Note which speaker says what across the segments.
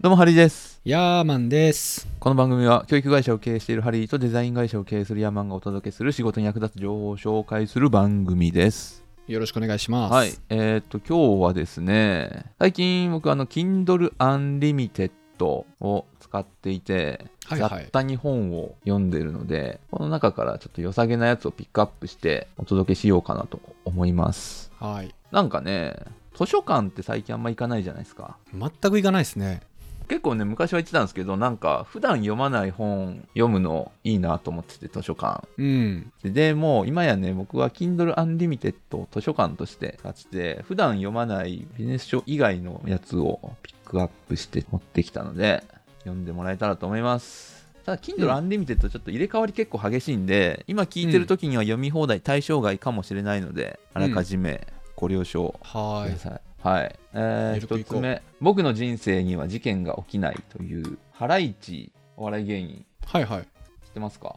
Speaker 1: どうもハリーです
Speaker 2: ヤーマンです。
Speaker 1: この番組は教育会社を経営しているハリーとデザイン会社を経営するヤーマンがお届けする仕事に役立つ情報を紹介する番組です
Speaker 2: よろしくお願いします。
Speaker 1: はいえー、っと今日はですね最近僕あの Kindle Unlimited を使っていて、
Speaker 2: はいはい
Speaker 1: 雑多に本を読んでるのでこの中からちょっと良さげなやつをピックアップしてお届けしようかなと思います
Speaker 2: はい。
Speaker 1: なんかね図書館って最近あんま行かないじゃないですか
Speaker 2: 全くいかないですね。
Speaker 1: 結構ね昔は言ってたんですけどなんか普段読まない本読むのいいなと思ってて図書館
Speaker 2: うん。
Speaker 1: ででもう今やね僕は Kindle Unlimited を図書館として使ってて普段読まないビジネス書以外のやつをピックアップして持ってきたので読んでもらえたらと思いますただ Kindle Unlimited ちょっと入れ替わり結構激しいんで、今聞いてる時には読み放題対象外かもしれないので、
Speaker 2: うん
Speaker 1: あらかじめご了承
Speaker 2: は
Speaker 1: くだ
Speaker 2: い。
Speaker 1: さい。はい。えー、
Speaker 2: ゆるく
Speaker 1: 一
Speaker 2: いこ
Speaker 1: つ
Speaker 2: う
Speaker 1: 目、僕の人生には事件が起きないという、ハライチお笑い芸人、
Speaker 2: はいはい。
Speaker 1: 知ってますか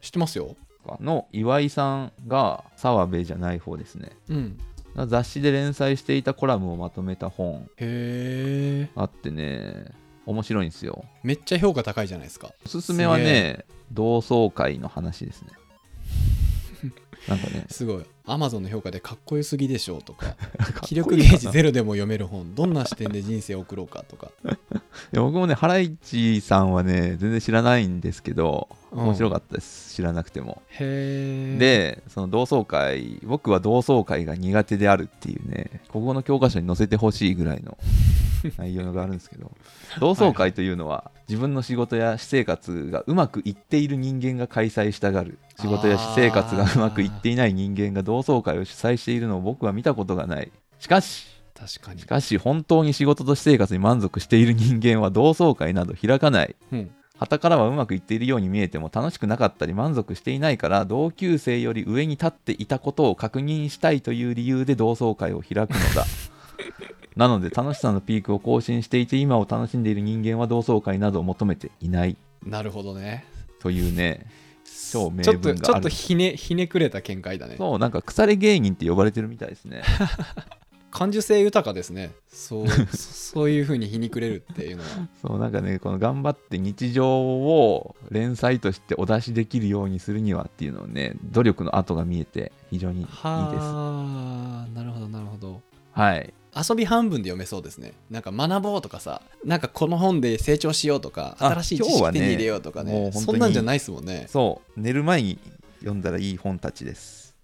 Speaker 2: 知ってますよ。
Speaker 1: の岩井さんが澤部じゃない方ですね。
Speaker 2: うん。
Speaker 1: が雑誌で連載していたコラムをまとめた本
Speaker 2: へえ。
Speaker 1: あってね、面白いんですよ。
Speaker 2: めっちゃ評価高いじゃないですか。
Speaker 1: おすすめは
Speaker 2: すげ
Speaker 1: ね、同窓会の話です ね。なんかね、
Speaker 2: すごい。アマゾンの評価でかっこよすぎでしょうとか、
Speaker 1: かっ
Speaker 2: 気
Speaker 1: こ
Speaker 2: 力
Speaker 1: い
Speaker 2: ゲ
Speaker 1: いかな
Speaker 2: ージゼロでも読める本、どんな視点で人生を送ろうかとか。
Speaker 1: いや僕もね、ハライチさんはね、全然知らないんですけど、面白
Speaker 2: か
Speaker 1: かったです、知らなくても。
Speaker 2: へえ。、
Speaker 1: でその同窓会僕は同窓会が苦手であるっていうね国語の教科書に載せてほしいぐらいの内容があるんですけど同窓会というのは自分の仕事や私生活がうまくいっている人間が開催したがる仕事や私生活が
Speaker 2: あ
Speaker 1: う
Speaker 2: ー
Speaker 1: まくいっていない人間が同窓会を主催しているのを僕は見たことがないしかし
Speaker 2: 確かに
Speaker 1: し。かし本当に仕事と私生活に満足している人間は同窓会など開かない
Speaker 2: うん。
Speaker 1: 傍からはうまくいっているように見えても楽しくなかったり満足していないから同級生より上に立っていたことを確認したいという理由で同窓会を開くのだなので楽しさのピークを更新していて今を楽しんでいる人間は同窓会などを求めていない
Speaker 2: なるほどね。
Speaker 1: というね超名
Speaker 2: ちょっ
Speaker 1: 文がある
Speaker 2: と、ちょっとひね、ひねくれた見解だね。
Speaker 1: そうなんか腐れ芸人って呼ばれてるみたいですね
Speaker 2: 感受性豊かですね。そう、 そそういうふうにひにくれるっていうのは。
Speaker 1: そうなんかねこの頑張って日常を連載としてお出しできるようにするにはっていうのをね努力の跡が見えて非常にいいですは
Speaker 2: はあなるほどなるほど
Speaker 1: い
Speaker 2: 遊び半分で読めそうですねなんか学ぼうとかさなんかこの本で成長しようとか
Speaker 1: あ
Speaker 2: 新しい知
Speaker 1: 今日はね
Speaker 2: 識手に入れようとかね
Speaker 1: もう本当に
Speaker 2: そんなんじゃないですもんね
Speaker 1: そう寝る前に読んだらいい本たちです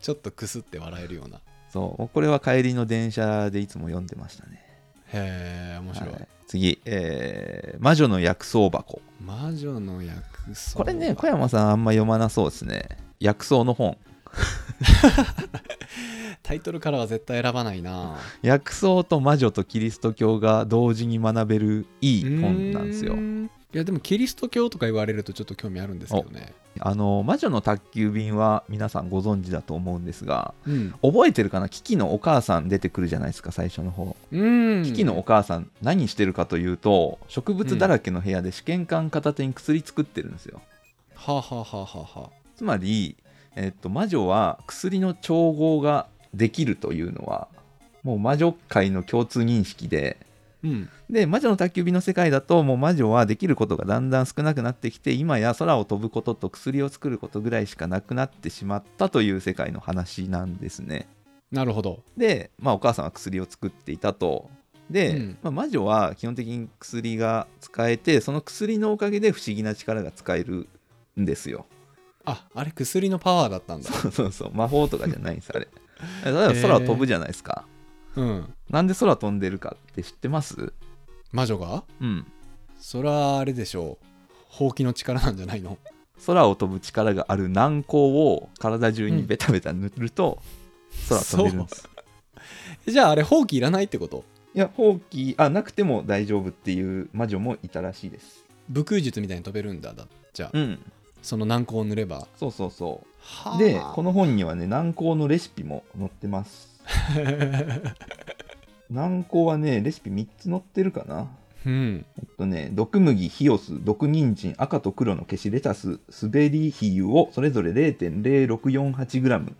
Speaker 2: ちょっとくすって笑えるような
Speaker 1: そうこれは帰りの電車でいつも読んでましたね
Speaker 2: へえ面白い、
Speaker 1: はい次、えー魔女の薬草箱」
Speaker 2: 魔女の薬草
Speaker 1: これね小山さんあんま読まなそうですね薬草の本
Speaker 2: タイトルからは絶対選ばないな
Speaker 1: 薬草と魔女とキリスト教が同時に学べるいい本なんですよ
Speaker 2: うーんいやでもキリスト教とか言われるとちょっと興味あるんですけどね
Speaker 1: あの魔女の宅急便は皆さんご存知だと思うんですが
Speaker 2: うん
Speaker 1: 覚えてるかなキキのお母さん出てくるじゃないですか最初の方
Speaker 2: うん
Speaker 1: キキのお母さん何してるかというと植物だらけの部屋で試験管片手に薬作ってるんですよ
Speaker 2: はあ、はあはあはあはあ、
Speaker 1: つまり、えっと、魔女は薬の調合ができるというのはもう魔女界の共通認識で
Speaker 2: うん
Speaker 1: で魔女の宅急便の世界だともう魔女はできることがだんだん少なくなってきて今や空を飛ぶことと薬を作ることぐらいしかなくなってしまったという世界の話なんですね
Speaker 2: なるほど
Speaker 1: で、まあ、お母さんは薬を作っていたと。で、
Speaker 2: うん
Speaker 1: まあ、魔女は基本的に薬が使えてその薬のおかげで不思議な力が使えるんですよ。
Speaker 2: ああれ薬のパワーだったんだ
Speaker 1: そうそう魔法とかじゃないんですあ れ。例えば空を飛ぶじゃないですか。
Speaker 2: うん
Speaker 1: なんで空飛んでるかって知ってます
Speaker 2: 魔女が
Speaker 1: うん。
Speaker 2: それはあれでしょうほうきの力なんじゃないの
Speaker 1: 空を飛ぶ力がある軟膏を体中にベタベタ塗ると、空飛べるんです。
Speaker 2: じゃああれほうきいらないってこと
Speaker 1: いや放棄あなくても大丈夫っていう魔女もいたらしいです。
Speaker 2: 武空術みたいに飛べるんだだじゃあ、
Speaker 1: うん
Speaker 2: その軟膏を塗れば
Speaker 1: そうそうそう。
Speaker 2: はあ
Speaker 1: でこの本にはね軟膏のレシピも載って ます軟膏はねレシピ3つ載ってるかな
Speaker 2: うん
Speaker 1: えっとね毒麦ヒオス毒人参赤と黒の消しレタススベリヒユをそれぞれ 0.0648g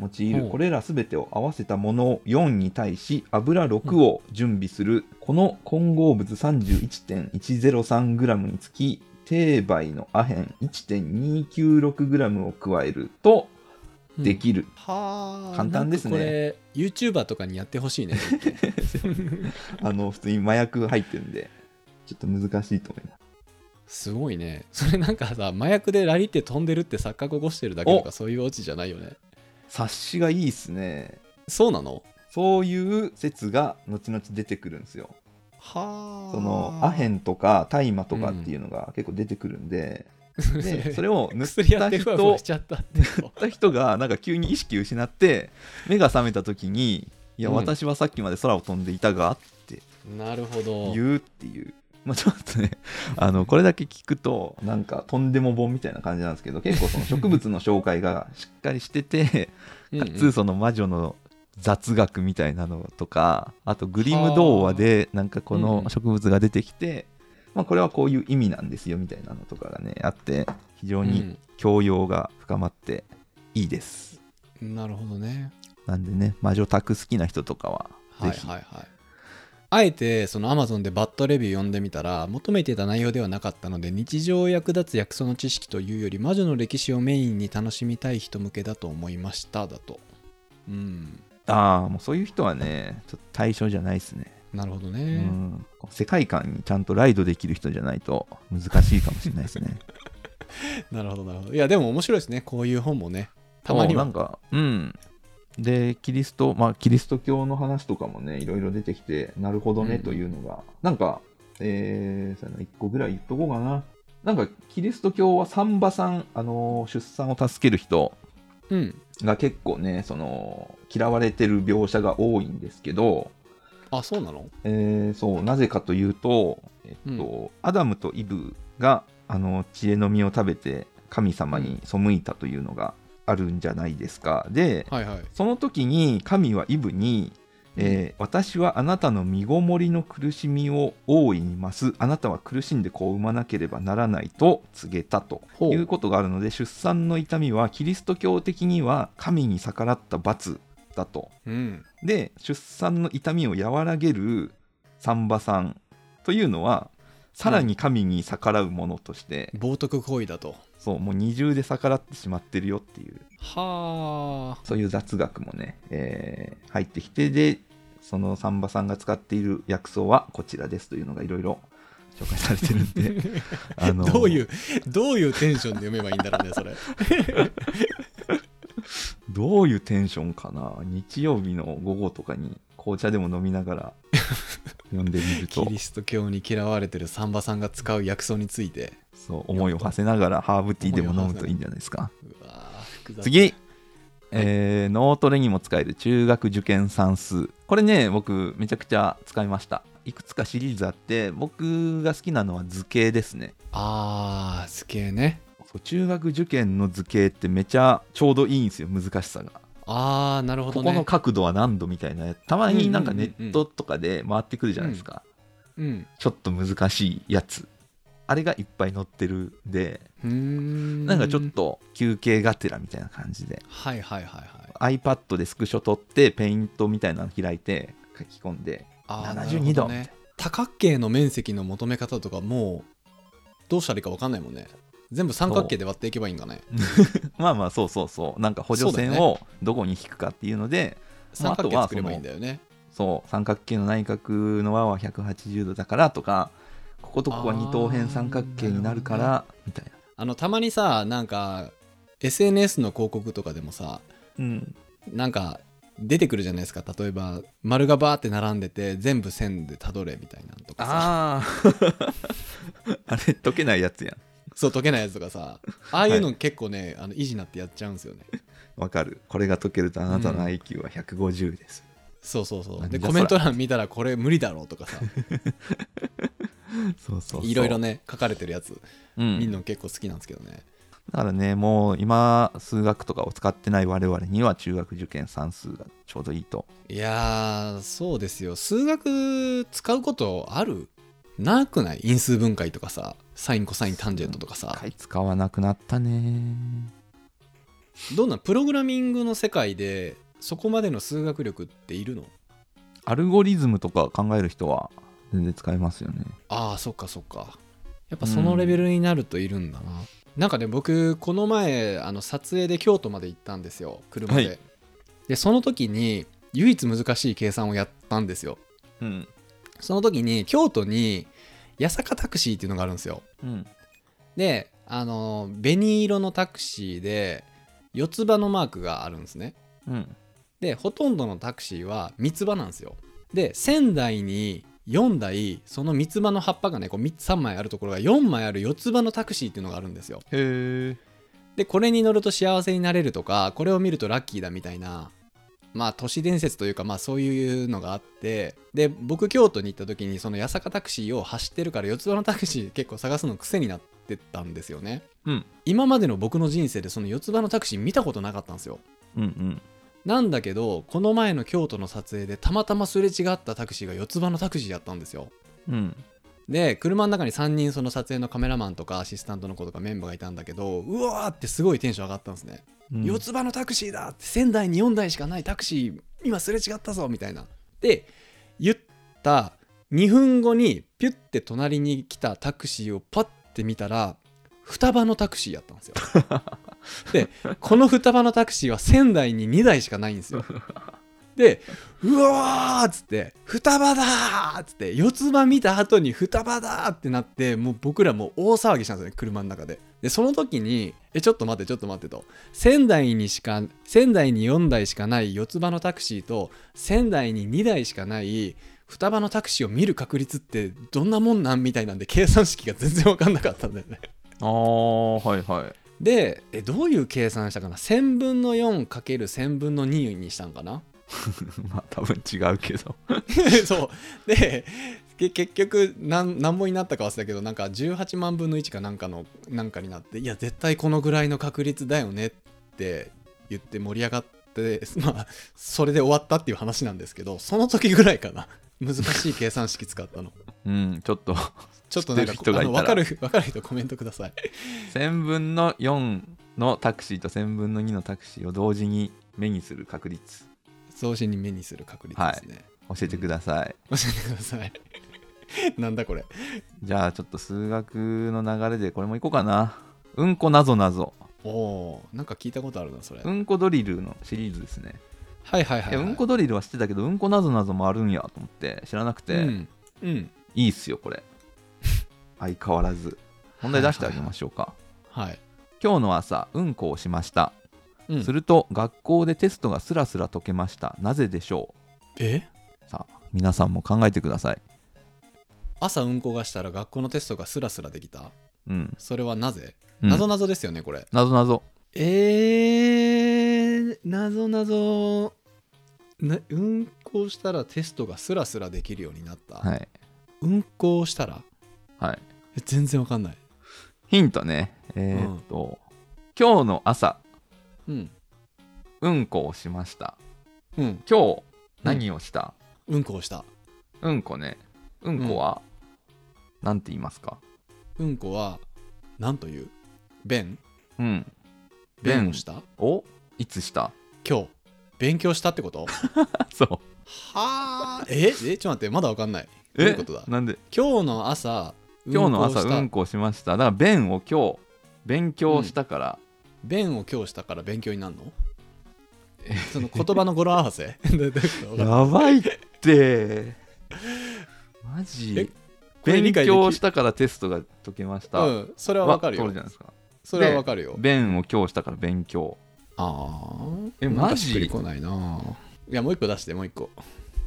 Speaker 1: 用い
Speaker 2: ほ
Speaker 1: る
Speaker 2: う
Speaker 1: これらすべてを合わせたもの4に対し油6を準備するこの混合物 31.103g につき定媒のアヘン 1.296g を加えるとできる、
Speaker 2: はあ
Speaker 1: 簡単ですね
Speaker 2: なんかこれ YouTuber とかにやってほしい ね
Speaker 1: あの普通に麻薬入ってるんでちょっと難しいと思います
Speaker 2: すごいねそれなんかさ麻薬でラリって飛んでるって錯覚起こしてるだけとかそういうオチじゃないよね
Speaker 1: 察しがいいっすね
Speaker 2: そうなの
Speaker 1: そういう説が後々出てくるんですよ
Speaker 2: はあ
Speaker 1: そのアヘ
Speaker 2: ン
Speaker 1: ンとか大麻とかっていうのが結構出てくるんで、 でそれを塗
Speaker 2: 薬や
Speaker 1: っ
Speaker 2: ったて
Speaker 1: 人
Speaker 2: ふわふわしちゃったってこと
Speaker 1: 塗った 人がなんか急に意識失って目が覚めた時に「いや
Speaker 2: うん
Speaker 1: 私はさっきまで空を飛んでいたが」って
Speaker 2: なるほど
Speaker 1: 言うっていう。まあ、ちょっと ねあのこれだけ聞くとなんかとんでも本みたいな感じなんですけど結構その植物の紹介がしっかりしてて
Speaker 2: うんう
Speaker 1: か
Speaker 2: ん
Speaker 1: つその魔女の雑学みたいなのとかあとグリム童話でなんかこ
Speaker 2: うんう
Speaker 1: の
Speaker 2: ん
Speaker 1: 植物が出てきて、まあ、これはこういう意味なんですよみたいなのとかがねあって非常に教養が深まっていいです、
Speaker 2: うんなるほどね
Speaker 1: なんでね魔女宅好きな人とかは
Speaker 2: はい
Speaker 1: ぜひ、
Speaker 2: はいはいあえてその Amazon でバッドレビュー読んでみたら求めていた内容ではなかったので日常役立つ薬草の知識というより魔女の歴史をメインに楽しみたい人向けだと思いましただとうん
Speaker 1: ああもうそういう人はねちょっと対象じゃないですね、
Speaker 2: なるほど
Speaker 1: う
Speaker 2: ね、
Speaker 1: ん、世界観にちゃんとライドできる人じゃないと難しいかもしれないですね
Speaker 2: なるほどなるほどいやでも面白いですねこういう本もね たまに
Speaker 1: な
Speaker 2: は
Speaker 1: んかうんでキリストまあキリスト教の話とかもねいろいろ出てきてなるほどね
Speaker 2: うん
Speaker 1: というのが、なんかえー、そうやな1個ぐらい言っとこうかななんかキリスト教は産婆さん、あのー出産を助ける人
Speaker 2: うん
Speaker 1: が結構ねその嫌われてる描写が多いんですけど、
Speaker 2: あそうなの
Speaker 1: えーそうなぜかというと、えっとアダムとイブがあの知恵の実を食べて神様に背いたというのがあるんじゃないですかで、
Speaker 2: はいはい
Speaker 1: その時に神はイブに、えー私はあなたの身ごもりの苦しみを大いに増すあなたは苦しんで子を産まなければならないと告げたと
Speaker 2: ほう
Speaker 1: いうことがあるので出産の痛みはキリスト教的には神に逆らった罰だと
Speaker 2: うん
Speaker 1: で出産の痛みを和らげる産婆さんというのはさらに神に逆らうものとして、
Speaker 2: 冒涜行為だと
Speaker 1: そうもう二重で逆らってしまってるよっていう
Speaker 2: はあ
Speaker 1: そういう雑学もね、えー入ってきて、で、そのサンバさんが使っている薬草はこちらですというのがいろいろ紹介されてるんで、 あの
Speaker 2: どういうどういうテンションで読めばいいんだろうねそれ
Speaker 1: どういうテンションかな、日曜日の午後とかに紅茶でも飲みながら読んでみる
Speaker 2: キ
Speaker 1: と、
Speaker 2: リスト教に嫌われてるサンバさんが使う薬草について
Speaker 1: そう思いを馳せながらハーブティーでも飲むといいんじゃないですか。
Speaker 2: うわー複雑
Speaker 1: 次、えー脳トレにも使える中学受験算数これね僕めちゃくちゃ使いましたいくつかシリーズあって僕が好きなのは図形ですね
Speaker 2: あー図形ね
Speaker 1: そう中学受験の図形ってめちゃちょうどいいんですよ難しさが、
Speaker 2: あーなるほど
Speaker 1: こ
Speaker 2: ね
Speaker 1: この角度は何度みたいなたまになんか
Speaker 2: うんうんうん
Speaker 1: ネ
Speaker 2: うん
Speaker 1: ットとかで回ってくるじゃないですか、
Speaker 2: うん
Speaker 1: ちょっと難しいやつあれがいっぱい載ってるんで
Speaker 2: うーん
Speaker 1: なんかちょっと休憩がてらみたいな感じで
Speaker 2: はいはいはいはい
Speaker 1: iPad でスクショ撮ってペイントみたいなの開いて書き込んで
Speaker 2: あー
Speaker 1: 72度
Speaker 2: なるほどね多角形の面積の求め方とかもうどうしたらいいか分かんないもんね全部三角形で割っていけばいいんかね
Speaker 1: まあまあそうそうそうなんか補助線
Speaker 2: そうだ
Speaker 1: をどこに引くかっていうので
Speaker 2: 三角形
Speaker 1: まああとは
Speaker 2: 作ればいいんだよね
Speaker 1: そう三角形の内角の和は180度だからとかこことここは二等辺三角形になるからみたいな。
Speaker 2: あのたまにさなんか SNS の広告とかでもさ
Speaker 1: うん、
Speaker 2: なんか出てくるじゃないですか例えば丸がバーって並んでて全部線でたどれみたいなのとかさ
Speaker 1: あああれ解けないやつや
Speaker 2: そう解けないやつとかさああいうの結構ね、あの意地になってやっちゃうんですよね
Speaker 1: んわかるこれが解けるとあなたの IQ は150です、
Speaker 2: そうそうそう
Speaker 1: なんじ
Speaker 2: で
Speaker 1: ゃそら
Speaker 2: コメント欄見たらこれ無理だろうとか さ
Speaker 1: そうそうそう
Speaker 2: いろいろね書かれてるやつ
Speaker 1: うん
Speaker 2: 見るの結構好きなんですけどね、
Speaker 1: だからねもう今数学とかを使ってない我々には中学受験算数がちょうどいいと
Speaker 2: いやーそうですよ数学使うことあるなくない因数分解とかさサインコサインタンジェントとかさ
Speaker 1: 使わなくなったね
Speaker 2: どんなプログラミングの世界でそこまでの数学力っているの
Speaker 1: アルゴリズムとか考える人は全然使えますよね。
Speaker 2: ああそっかそっかやっぱそのレベルになるといるんだな、なんかね僕この前あの撮影で京都まで行ったんですよ車で、
Speaker 1: はい
Speaker 2: でその時に唯一難しい計算をやったんですよ
Speaker 1: うん。
Speaker 2: その時に京都に八坂タクシーっていうのがあるんですよ
Speaker 1: うん。
Speaker 2: であの紅色のタクシーで四つ葉のマークがあるんですね
Speaker 1: うん。
Speaker 2: でほとんどのタクシーは三つ葉なんですよで仙台に4台その三つ葉の葉っぱがねこう 3, 枚あるところが4枚ある四つ葉のタクシーっていうのがあるんですよ
Speaker 1: へえ。
Speaker 2: でこれに乗ると幸せになれるとかこれを見るとラッキーだみたいなまあ都市伝説というかまあそういうのがあってで僕京都に行った時にその八坂タクシーを走ってるから四つ葉のタクシー結構探すの癖になってたんですよね
Speaker 1: うん。
Speaker 2: 今までの僕の人生でその四つ葉のタクシー見たことなかったんですよ
Speaker 1: うんうん。
Speaker 2: なんだけどこの前の京都の撮影でたまたますれ違ったタクシーが四つ葉のタクシーやったんですよ
Speaker 1: うん。
Speaker 2: で車の中に3人その撮影のカメラマンとかアシスタントの子とかメンバーがいたんだけどうわーってすごいテンション上がったんですね
Speaker 1: うん
Speaker 2: 四つ葉のタクシーだって仙台に4台しかないタクシー今すれ違ったぞみたいな。で言った2分後にピュッて隣に来たタクシーをパッて見たら双葉のタクシーやったん ですよ。でこの双葉のタクシーは仙台に2台しかないんですよ。でうわーっつって「双葉だ!」っつって四つ葉見た後に双葉だーってなってもう僕らもう大騒ぎしたんですよね車の中で。でその時に「えちょっと待ってちょっと待って」と仙台にしか仙台に4台しかない四つ葉のタクシーと仙台に2台しかない双葉のタクシーを見る確率ってどんなもんなんみたいなんで計算式が全然分かんなかったんだよね。
Speaker 1: ああ、はいはい。
Speaker 2: でえどういう計算したかな1000分の 4×1000 分の2にしたんかな
Speaker 1: まあ多分違うけど。
Speaker 2: そうでけ結局なん何ぼになったか忘れたけどなんか18万分の1かなんかのなんかになっていや絶対このぐらいの確率だよねって言って盛り上がって まあそれで終わったっていう話なんですけどその時ぐらいかな 難しい計算式 使ったの
Speaker 1: うん、ちょっと
Speaker 2: ちょっとなんか
Speaker 1: 知ってる人がいたら
Speaker 2: 分かる分かる人コメントください
Speaker 1: 1000分の4のタクシーと1000分の2のタクシーを同時に目にする確率
Speaker 2: 送信に目にする確率ですね、
Speaker 1: 教えてください。
Speaker 2: 教えてください なんだこれ
Speaker 1: じゃあちょっと数学の流れでこれもいこうかな。うんこなぞなぞ。
Speaker 2: おーなんか聞いたことあるなそれ、
Speaker 1: うんこドリルのシリーズですね。
Speaker 2: はいはいはいい、
Speaker 1: や
Speaker 2: はい、
Speaker 1: うんこドリルは知ってたけどうんこなぞなぞもあるんやと思って知らなくて、
Speaker 2: うん、うん、
Speaker 1: いいっすよ これ相変わらず問題出してあげましょうか、
Speaker 2: はい
Speaker 1: 今日の朝うんこをしました、
Speaker 2: うん
Speaker 1: すると学校でテストがスラスラ解けましたなぜでしょ
Speaker 2: え
Speaker 1: うさあ皆さんも考えてください
Speaker 2: 朝うんこがしたら学校のテストがスラスラできた
Speaker 1: うん、
Speaker 2: それはなぜ
Speaker 1: うん、
Speaker 2: なぞなぞですよねこれ
Speaker 1: なぞなぞ
Speaker 2: えー、なぞなぞなうんこしたらテストがスラスラできるようになった、
Speaker 1: はい
Speaker 2: うんこしたら
Speaker 1: はい
Speaker 2: え全然わかんない
Speaker 1: ヒントねえーっと、今日の朝
Speaker 2: うん
Speaker 1: うんこをしました
Speaker 2: うん
Speaker 1: 今日何をした、
Speaker 2: うんこをした
Speaker 1: うん、こねうんこは、なんて言いますか
Speaker 2: うんこはなんという便
Speaker 1: うん
Speaker 2: 便をした
Speaker 1: をいつした
Speaker 2: 今日勉強したってことは
Speaker 1: そう
Speaker 2: あええちょっと待ってまだわかんないどういうことだ
Speaker 1: なんで
Speaker 2: 今日の朝
Speaker 1: 今日の朝
Speaker 2: うんこ
Speaker 1: うんこ
Speaker 2: をした
Speaker 1: しましただから便を今日勉強したから、
Speaker 2: 便を今日したから勉強になるのその言葉の語呂合わせ どういうこと
Speaker 1: やばいってマ
Speaker 2: え
Speaker 1: ジ
Speaker 2: これ
Speaker 1: 勉
Speaker 2: 理解でき
Speaker 1: 強したからテストが解けました、
Speaker 2: うん、それはわかる
Speaker 1: 通
Speaker 2: よ
Speaker 1: じゃないですか
Speaker 2: それはわかるよ
Speaker 1: 便を今日したから勉強
Speaker 2: ああ
Speaker 1: えマジ
Speaker 2: りこないないやもう一個出してもう一個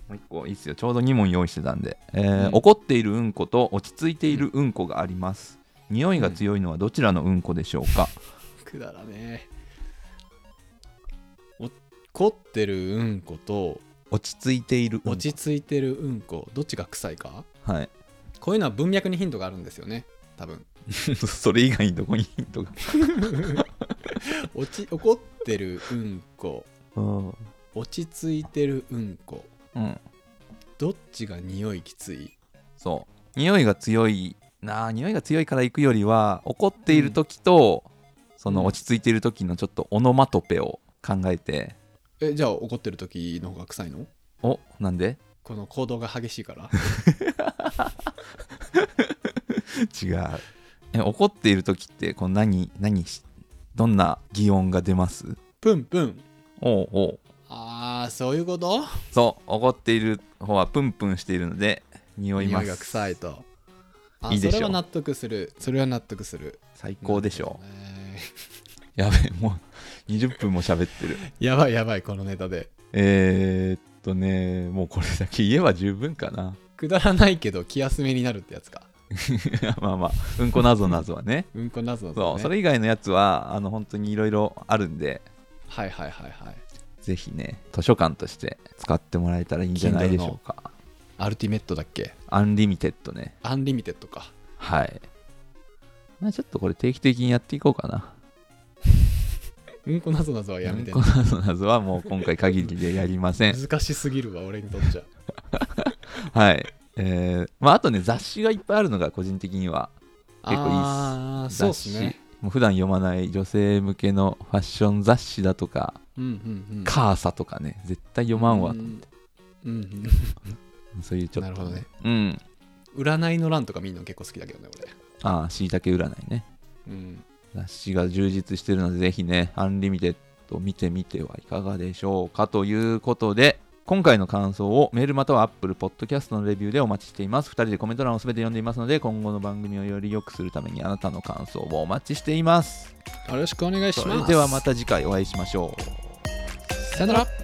Speaker 1: もう一個いいっすよちょうど2問用意してたんで、えー
Speaker 2: うん
Speaker 1: 怒っているうんこと落ち着いているうんこがあります、匂いが強いのはどちらのうんこでしょうか、
Speaker 2: くだらねえ怒ってるうんこと
Speaker 1: 落ち着いているうんこ
Speaker 2: 落ち着いてるうんこどっちが臭いか
Speaker 1: はい
Speaker 2: こういうのは文脈にヒントがあるんですよね多分
Speaker 1: それ以外にどこにヒントが
Speaker 2: 落ち怒ってるうんこ
Speaker 1: うん
Speaker 2: 落ち着いてるうんこ
Speaker 1: うん
Speaker 2: どっちが匂いきつい
Speaker 1: そう匂いが強いなあ匂いが強いから行くよりは怒っている時と、その落ち着いてる時のちょっとオノマトペを考えて、
Speaker 2: えじゃあ怒ってる時の方が臭いの
Speaker 1: おなんで
Speaker 2: この行動が激しいから
Speaker 1: 違う。え、怒っている時って、この何、何し、どんな擬音が出ます
Speaker 2: プンプン
Speaker 1: おうおう。
Speaker 2: あーそういうこと
Speaker 1: そう、怒っている方はプンプンしているので、匂い
Speaker 2: 匂
Speaker 1: ま
Speaker 2: いが
Speaker 1: す。
Speaker 2: 臭いとあ
Speaker 1: いいでしょう
Speaker 2: それは納得するそれは納得する
Speaker 1: 最高でしょ
Speaker 2: なるほどね
Speaker 1: う。やべえ、もう20分も喋ってる。
Speaker 2: やばいやばいこのネタで
Speaker 1: えー、っとね、もうこれだけ言えば十分かな。
Speaker 2: くだらないけど気休めになるってやつか
Speaker 1: まあまあ、うんこなぞなぞはね。
Speaker 2: うんこなぞなぞ、ね、
Speaker 1: そう、それ以外のやつは、あの、本当にいろいろあるんで、
Speaker 2: はいはいはいはい
Speaker 1: ぜひね、図書館として使ってもらえたらいいんじゃないでしょうか。
Speaker 2: アルティメットだっけ
Speaker 1: アンリミテッドね。
Speaker 2: アンリミテッドか
Speaker 1: はい。まあちょっとこれ定期的にやっていこうかな。
Speaker 2: うんこなぞなぞはやめて、
Speaker 1: この謎謎はもう今回限りでやりませ ん。
Speaker 2: 難しすぎるわ俺にとっちゃ
Speaker 1: はい。えー、まああとね、雑誌がいっぱいあるのが個人的には、構いいっす
Speaker 2: あーそうっす
Speaker 1: 雑
Speaker 2: ね
Speaker 1: 誌もう普段読まない女性向けのファッション雑誌だとか、
Speaker 2: うんうんうん
Speaker 1: カーサとかね、絶対読まんわ。
Speaker 2: うんうんうん
Speaker 1: そういうちょっと、
Speaker 2: なるほどね。
Speaker 1: うん。
Speaker 2: 占いの欄とか見るの結構好きだけどね
Speaker 1: ああ、しいたけ占いね。
Speaker 2: 俺うん
Speaker 1: 雑誌が充実してるので、ぜひね、アンリミテッド見てみてはいかがでしょうかということで、今回の感想をメールまたは Apple Podcast のレビューでお待ちしています。2人でコメント欄を全て読んでいますので、今後の番組をより良くするためにあなたの感想をお待ちしています。
Speaker 2: よろしくお願いし
Speaker 1: そ
Speaker 2: ます
Speaker 1: れではまた次回お会いしましょう。
Speaker 2: さよなら